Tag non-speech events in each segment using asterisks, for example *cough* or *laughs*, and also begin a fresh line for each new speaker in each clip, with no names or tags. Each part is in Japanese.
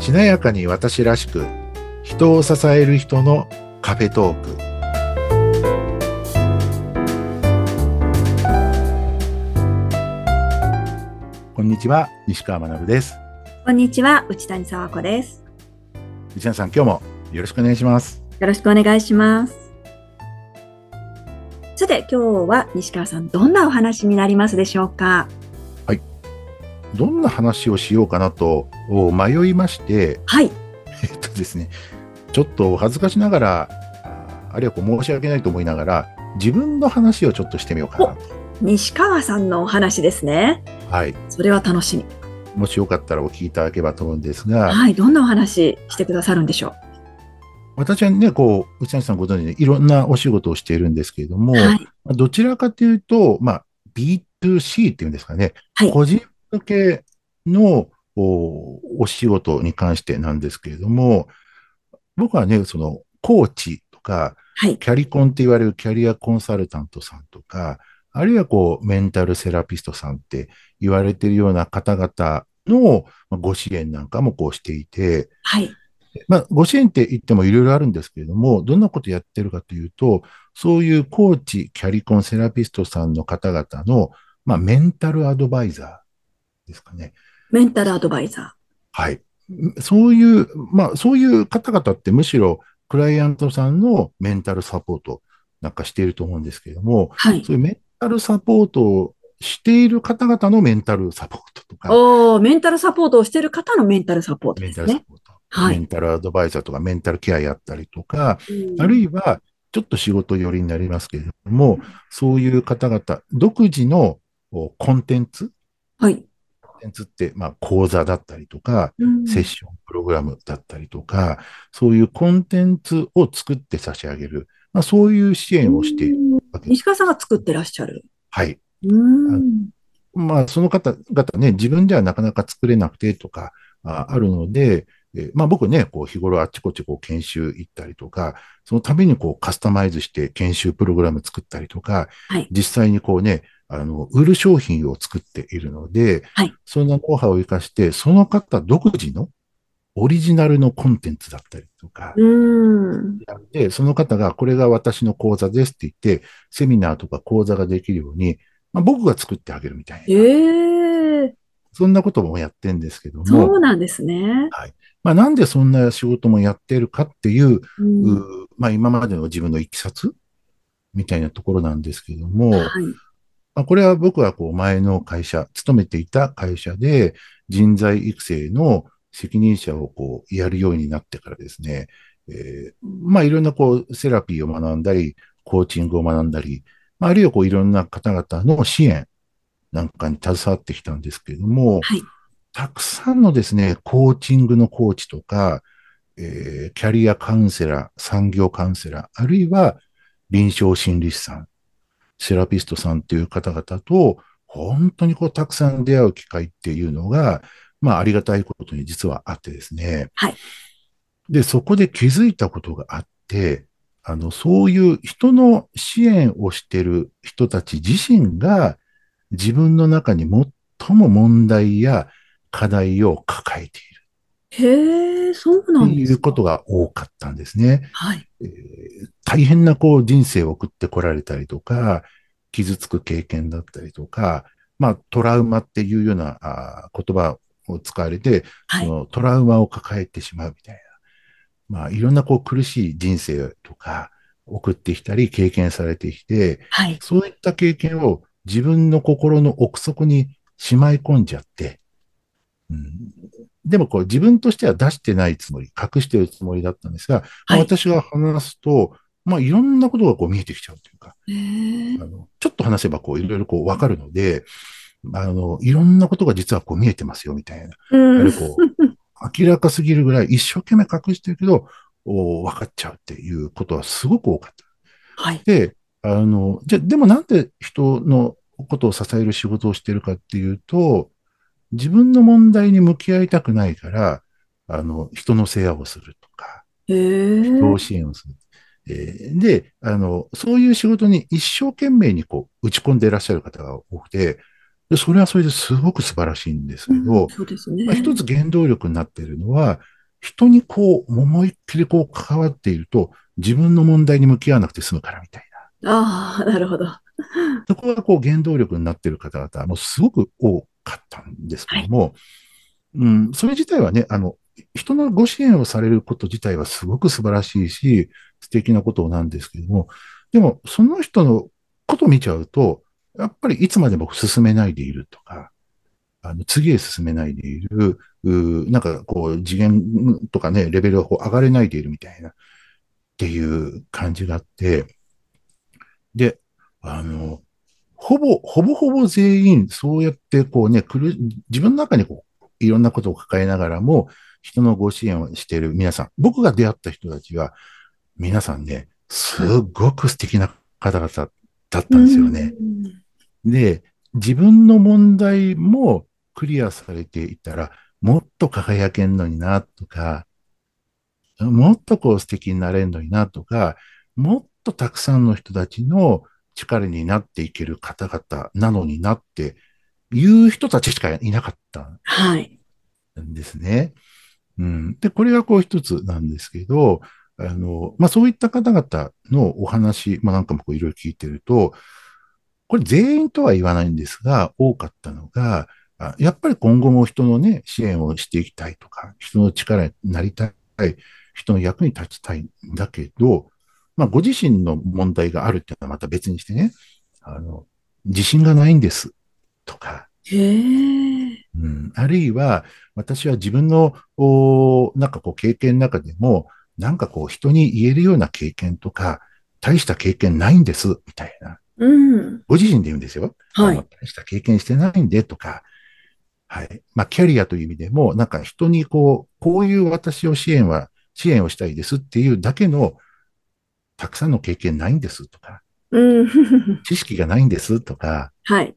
華やかに私らしく人を支える人のカフェトークこんにちは西川学です
こんにちは、内谷沢子です。
内田さん今日もよろしくお願いします
よろしくお願いします。さて、今日は西川さん、どんなお話になりますでしょうか
どんな話をしようかなとお迷いまして *laughs*
はい。
えっとですねちょっとお恥ずかしながらああるいはこう申し訳ないと思いながら自分の話をちょっとしてみようかなと
西川さんのお話ですね。
はい
それは楽しみ。
もしよかったらお聞きいただければと思うんですが、
はい。どんなお話してくださるんでしょ
私はね、こう、内谷さんご存知で、いろんなお仕事をしているんですけれども、
うはい。
まあどちらかというと、まあ、B2C っていうんですかね、
はい
個人向けのおお仕事に関してなんですけれども、僕はね、その、コーチとか、
はい。
キャリコンって言われるキャリアコンサルタントさんとか、あるいはこう、メンタルセラピストさんって言われているような方々のまあご支援なんかもこうしていて、
はい。
まあ、ご支援って言ってもいろいろあるんですけれども、どんなことやってるかというと、そういうコーチ、キャリコン、セラピストさんの方々の、まあ、メンタルアドバイザーですかね。
メンタルアドバイザ
はい。そういう、まあ、そういう方々ってむしろ、クライアントさんのメンタルサポートなんかしていると思うんですけれども
ー。、はい。
そういうメンタルサポートをしている方々のメンタルサポートとか、
おー、メンタルサポートをしている方のメンタルサポート
メ
で
ンタ
す
ルサ
ね。
ポート、
はい
メンタルアドバイザーとか、メンタルケアやったりとか、
うん
あるいは、ちょっと仕事寄りになりますけれども、そういう方々、独自のおコンテンツ、
はい。
コンテンツって、まあ、講座だったりとか、
うん
セッションプログラムだったりとか、そういうコンテンツを作って差し上げる、まあ、そういう支援をしている
うん
わけです。
西川さんが作ってらっしゃる。
はい。
うん。
まあ、その方々ね、自分ではなかなか作れなくてとか、ああるので、えまあ僕ね、こう日頃あっちこっちこう研修行ったりとか、そのためにこうカスタマイズして研修プログラム作ったりとか、
はい
実際にこうね、あの、売る商品を作っているので、
はい
そんなノウハウを生かして、その方独自のオリジナルのコンテンツだったりとか、
うん。
で、その方が、これが私の講座ですって言って、セミナーとか講座ができるように、まあ、僕が作ってあげるみたいな。
ええー、
そんなこともやってんですけど
そう
も、
なんですね。
まあ、なんでそんな仕事もやってるかっていう、
うん
うまあ、今までの自分のいきさつみたいなところなんですけども、
はい。
まあ、これは僕はこう前の会社、勤めていた会社で人材育成の責任者をこうやるようになってからですね、えーまあいろんなこうセラピーを学んだり、コーチングを学んだり、まあ、あるいはこういろんな方々の支援なんかに携わってきたんですけれども、
はい
たくさんのですね、コーチングのコーチとか、えーキャリアカウンセラー、産業カウンセラー、あるいは臨床心理士さん、セラピストさんという方々と、本当にこう、たくさん出会う機会っていうのが、まあ、ありがたいことに実はあってですね。
はい。
で、そこで気づいたことがあって、あの、そういう人の支援をしてる人たち自身が、自分の中に最も問題や課題を抱えてい
へえ、そうな
ると
んで
い
す
う
か。
ことが多かったんですね。
はい。
えー大変なこう人生を送ってこられたりとか、傷つく経験だったりとか、まあトラウマっていうようなあー言葉を使われて、
は
そ
い。
のトラウマを抱えてしまうみたいな、まあいろんなこう苦しい人生とか送ってきたり経験されてきて、
はい。
そういった経験を自分の心の奥底にしまい込んじゃって、うん、でもこう自分としては出してないつもり、隠してるつもりだったんですが、まあ
はい。
私が話すと、まあいろんなことがこう見えてきちゃうというか、
へえ
あのちょっと話せばこういろいろこうわかるので、あの、いろんなことが実はこう見えてますよみたいな。やは
う
り
ん。
こう明らかすぎるぐらい一生懸命隠してるけど、お分かっちゃうっていうことはすごく多かった。
はい。
で、あの、じゃ、でもなんで人のことを支える仕事をしてるかっていうと、自分の問題に向き合いたくないから、あの、人の世話をするとか、
へえ。
人を支援をする。えーで、あの、そういう仕事に一生懸命にこう、打ち込んでいらっしゃる方が多くて、でそれはそれですごく素晴らしいんですけ
う
ど
ん、そうですね
まあ。一つ原動力になっているのは、人にこう、思いっきりこう関わっていると、自分の問題に向き合わなくて済むからみたいな。
ああ、なるほど。
そこがこう原動力になっている方々もすごく多かったんですけども、うん、それ自体はね、あの、人のご支援をされること自体はすごく素晴らしいし、素敵なことなんですけども、でも、その人のことを見ちゃうと、やっぱりいつまでも進めないでいるとか、あの次へ進めないでいる、うーなんかこう次元とかね、レベルがこう上がれないでいるみたいな、っていう感じがあって、で、あの、ほぼ、ほぼほぼ全員、そうやってこうね、苦自分の中にこう、いろんなことを抱えながらも、人のご支援をしている皆さん、僕が出会った人たちは、皆さんね、すっごく素敵な方々だったんですよね。
うん
で、自分の問題もクリアされていたら、もっと輝けんのにな、とか、もっとこう素敵になれんのにな、とか、もっとたくさんの人たちの力になっていける方々なのになっていう人たちしかいなかった
はい。
んですね。うん。で、これがこう一つなんですけど、あの、まあ、そういった方々のお話、まあ、なんかもこういろいろ聞いてると、これ全員とは言わないんですが、多かったのが、あやっぱり今後も人のね、支援をしていきたいとか、人の力になりたい、人の役に立ちたいんだけど、まあ、ご自身の問題があるっていうのはまた別にしてね、あの、自信がないんですとか、
へえ。
うん、あるいは、私は自分の、おーなんかこう経験の中でも、なんかこう人に言えるような経験とか、大した経験ないんです、みたいな。
うん。
ご自身で言うんですよ。
は
あの
い。
大した経験してないんで、とか。はい。まあ、キャリアという意味でも、なんか人にこう、こういう私を支援は、支援をしたいですっていうだけの、たくさんの経験ないんです、とか。
うん。 *laughs*
知識がないんです、とか。
はい。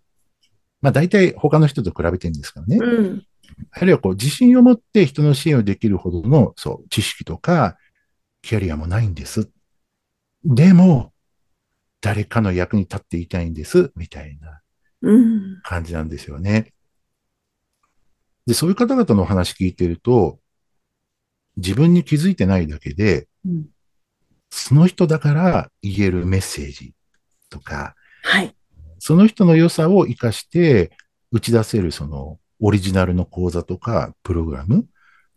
まあ、大体他の人と比べてるんですからね。
うん。
あるいはこう自信を持って人の支援をできるほどのそう知識とかキャリアもないんです。でも、誰かの役に立っていたいんです、みたいな
うん。
感じなんですよね。で、そういう方々のお話聞いてると、自分に気づいてないだけで、
うん
その人だから言えるメッセージとか、
はい。
その人の良さを活かして打ち出せるそのオリジナルの講座とかプログラム、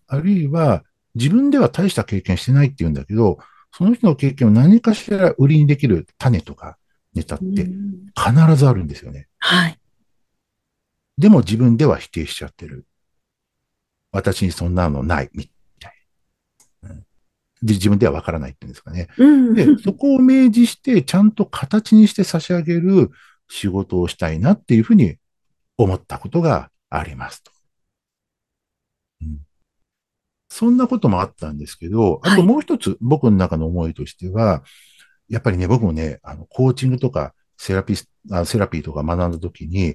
あるいは自分では大した経験してないっていうんだけど、その人の経験を何かしら売りにできる種とかネタっ
う
て
ん
必ずあるんですよね。
はい。
でも自分では否定しちゃってる。私にそんなのない、みたいな。うんで、自分ではわからないっていうんですかね。
うん。
で、そこを明示して、ちゃんと形にして差し上げる仕事をしたいなっていうふうに思ったことがありますと。うん、そんなこともあったんですけど、あともう一つ僕の中の思いとしては、やっぱりね、僕もね、あの、コーチングとかセラピスあ、セラピーとか学んだ時に、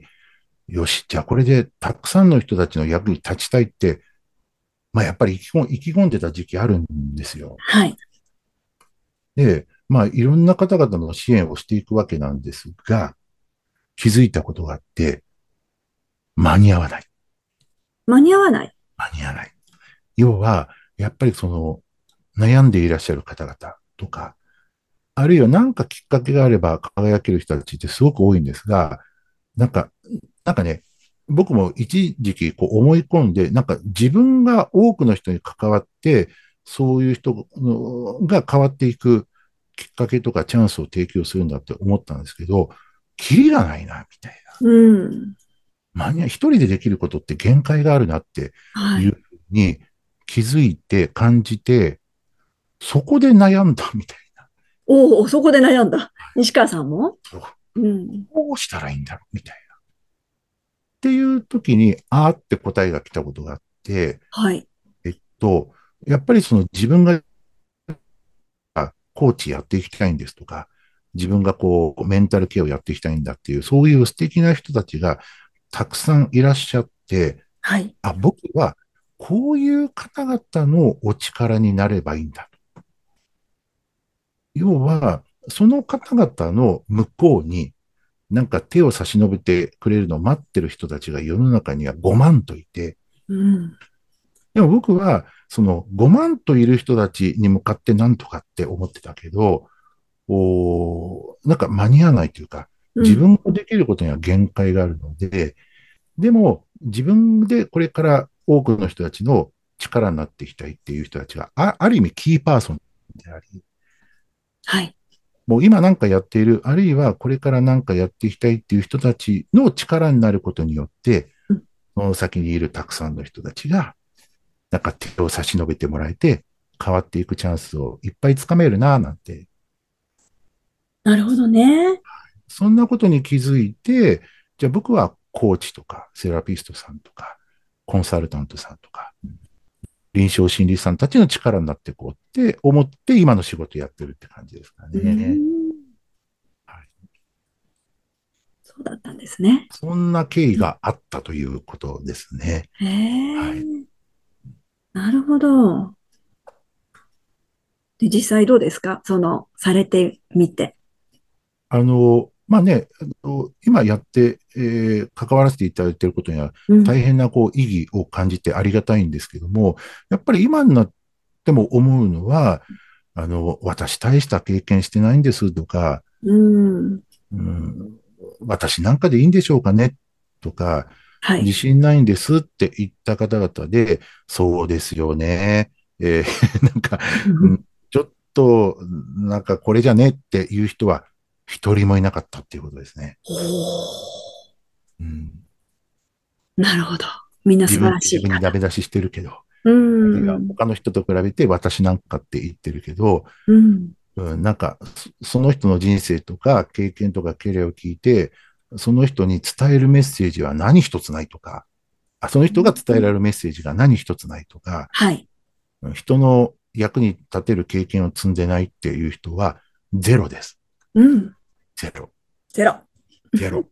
よし、じゃあこれでたくさんの人たちの役に立ちたいって、まあやっぱり意気込ん意気込んでた時期あるんですよ。
はい。
で、まあ、いろんな方々の支援をしていくわけなんですが、気づいたことがあって、間に合わない。
間に合わない。
間に合わない。要は、やっぱりその、悩んでいらっしゃる方々とか、あるいは何かきっかけがあれば輝ける人たちってすごく多いんですが、なんか、なんかね、僕も一時期こう思い込んで、なんか自分が多くの人に関わって、そういう人が変わっていくきっかけとかチャンスを提供するんだって思ったんですけど、キリがないな、みたい
うん。
な。間に合い一人でできることって限界があるなって
はいい。
うふうに気づいて感じて、そこで悩んだみたいな。
おお、そこで悩んだ。西川さんも
そう
うん。
どうしたらいいんだろうみたいな。っていう時に、あーって答えが来たことがあって、
はい。
えっと、やっぱりその自分が、あコーチやっていきたいんですとか、自分がこう、メンタルケアをやっていきたいんだっていう、そういう素敵な人たちがたくさんいらっしゃって、
はい。
あ、僕はこういう方々のお力になればいいんだと。要は、その方々の向こうに、なんか手を差し伸べてくれるのを待ってる人たちが世の中には5万といて、
うん。
でも僕はその5万といる人たちに向かって何とかって思ってたけど、おーなんか間に合わないというか、自分ができることには限界があるので、でも自分でこれから多くの人たちの力になっていきたいっていう人たちが、あある意味キーパーソンであり、
はい。
もう今なんかやっている、あるいはこれからなんかやっていきたいっていう人たちの力になることによって
うん、
その先にいるたくさんの人たちが、なんか手を差し伸べてもらえて、変わっていくチャンスをいっぱいつかめるなぁなんて
なるほどね。
そんなことに気づいて、じゃあ僕はコーチとかセラピストさんとか、コンサルタントさんとか、臨床心理士さんたちの力になっていこうって思って今の仕事やってるって感じですかね。
うん
はい
そうだったんですね。
そんな経緯があったということですね。
へえ、
はい
なるほど。で、実際どうですかその、されてみて。
あの、まあね、あの今やって、えー関わらせていただいていることには
うん
大変なこう意義を感じてありがたいんですけども、やっぱり今になっても思うのは、あの、私大した経験してないんですとか、
うん。
うん、私なんかでいいんでしょうかねとか、
はい。
自信ないんですって言った方々で、そうですよね。えー *laughs* なんか、
*laughs* うん
ちょっと、なんかこれじゃねっていう人は一人もいなかったっていうことですね。うん、
なるほど。みんな素
自
晴
分
らしい
自分に
方。
ダメ出ししてるけど。
う
いや
ん。
他の人と比べて私なんかって言ってるけど、
うん。
うん、なんかそその人の人生とか経験とか経歴を聞いて、その人に伝えるメッセージは何一つないとか、あその人が伝えられるメッセージが何一つないとか、
はい。
うん人の役に立てる経験を積んでないっていう人はゼロです。
うん。
ゼロ。
ゼロ。
ゼロ。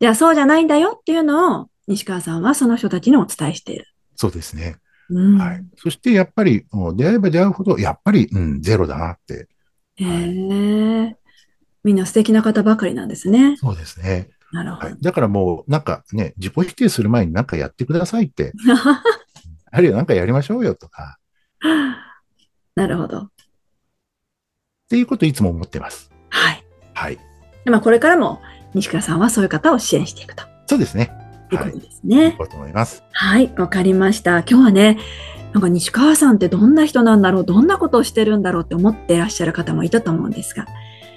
じゃあ、そうじゃないんだよっていうのを、西川さんはその人たちにお伝えしている。
そうですね。
うん。
はい。そしてやっぱり、もう出会えば出会うほど、やっぱり、うん、ゼロだなって。
へえ。みんな素敵な方ばかりなんですね。
そうですね。
なるほ
は
ど
い。。だからもう、なんかね、自己否定する前になんかやってくださいって、あるいはなんかやりましょうよとか、
*laughs* なるほど。
っていうことをいつも思ってます。
はい。
はい。
でまあ、これからも西川さんはそういう方を支援していくと
そうですね。
いう
は
こ
い。
と
い
ですね。
こうと思います。
はい、わかりました。今日はね、なんか西川さんってどんな人なんだろう、どんなことをしてるんだろうって思ってらっしゃる方もいたと思うんですが、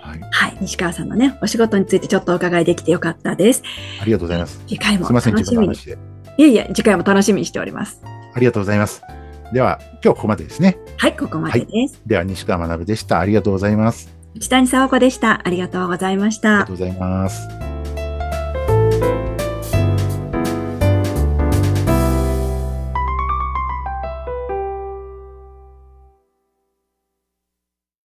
はい。
はい、西川さんのね、お仕事についてちょっとお伺いできてよかったです。
ありがとうございます。
次回も
すいません、
楽
自
し
分の
みに。い
話で。
えいえ、次回も楽しみにしております。
ありがとうございます。では、今日はここまでですね。
はい、ここまでです。
では、西川学でした。ありがとうございます。
内谷沙和子でした。ありがとうございまし
あり
た
がと。うございます。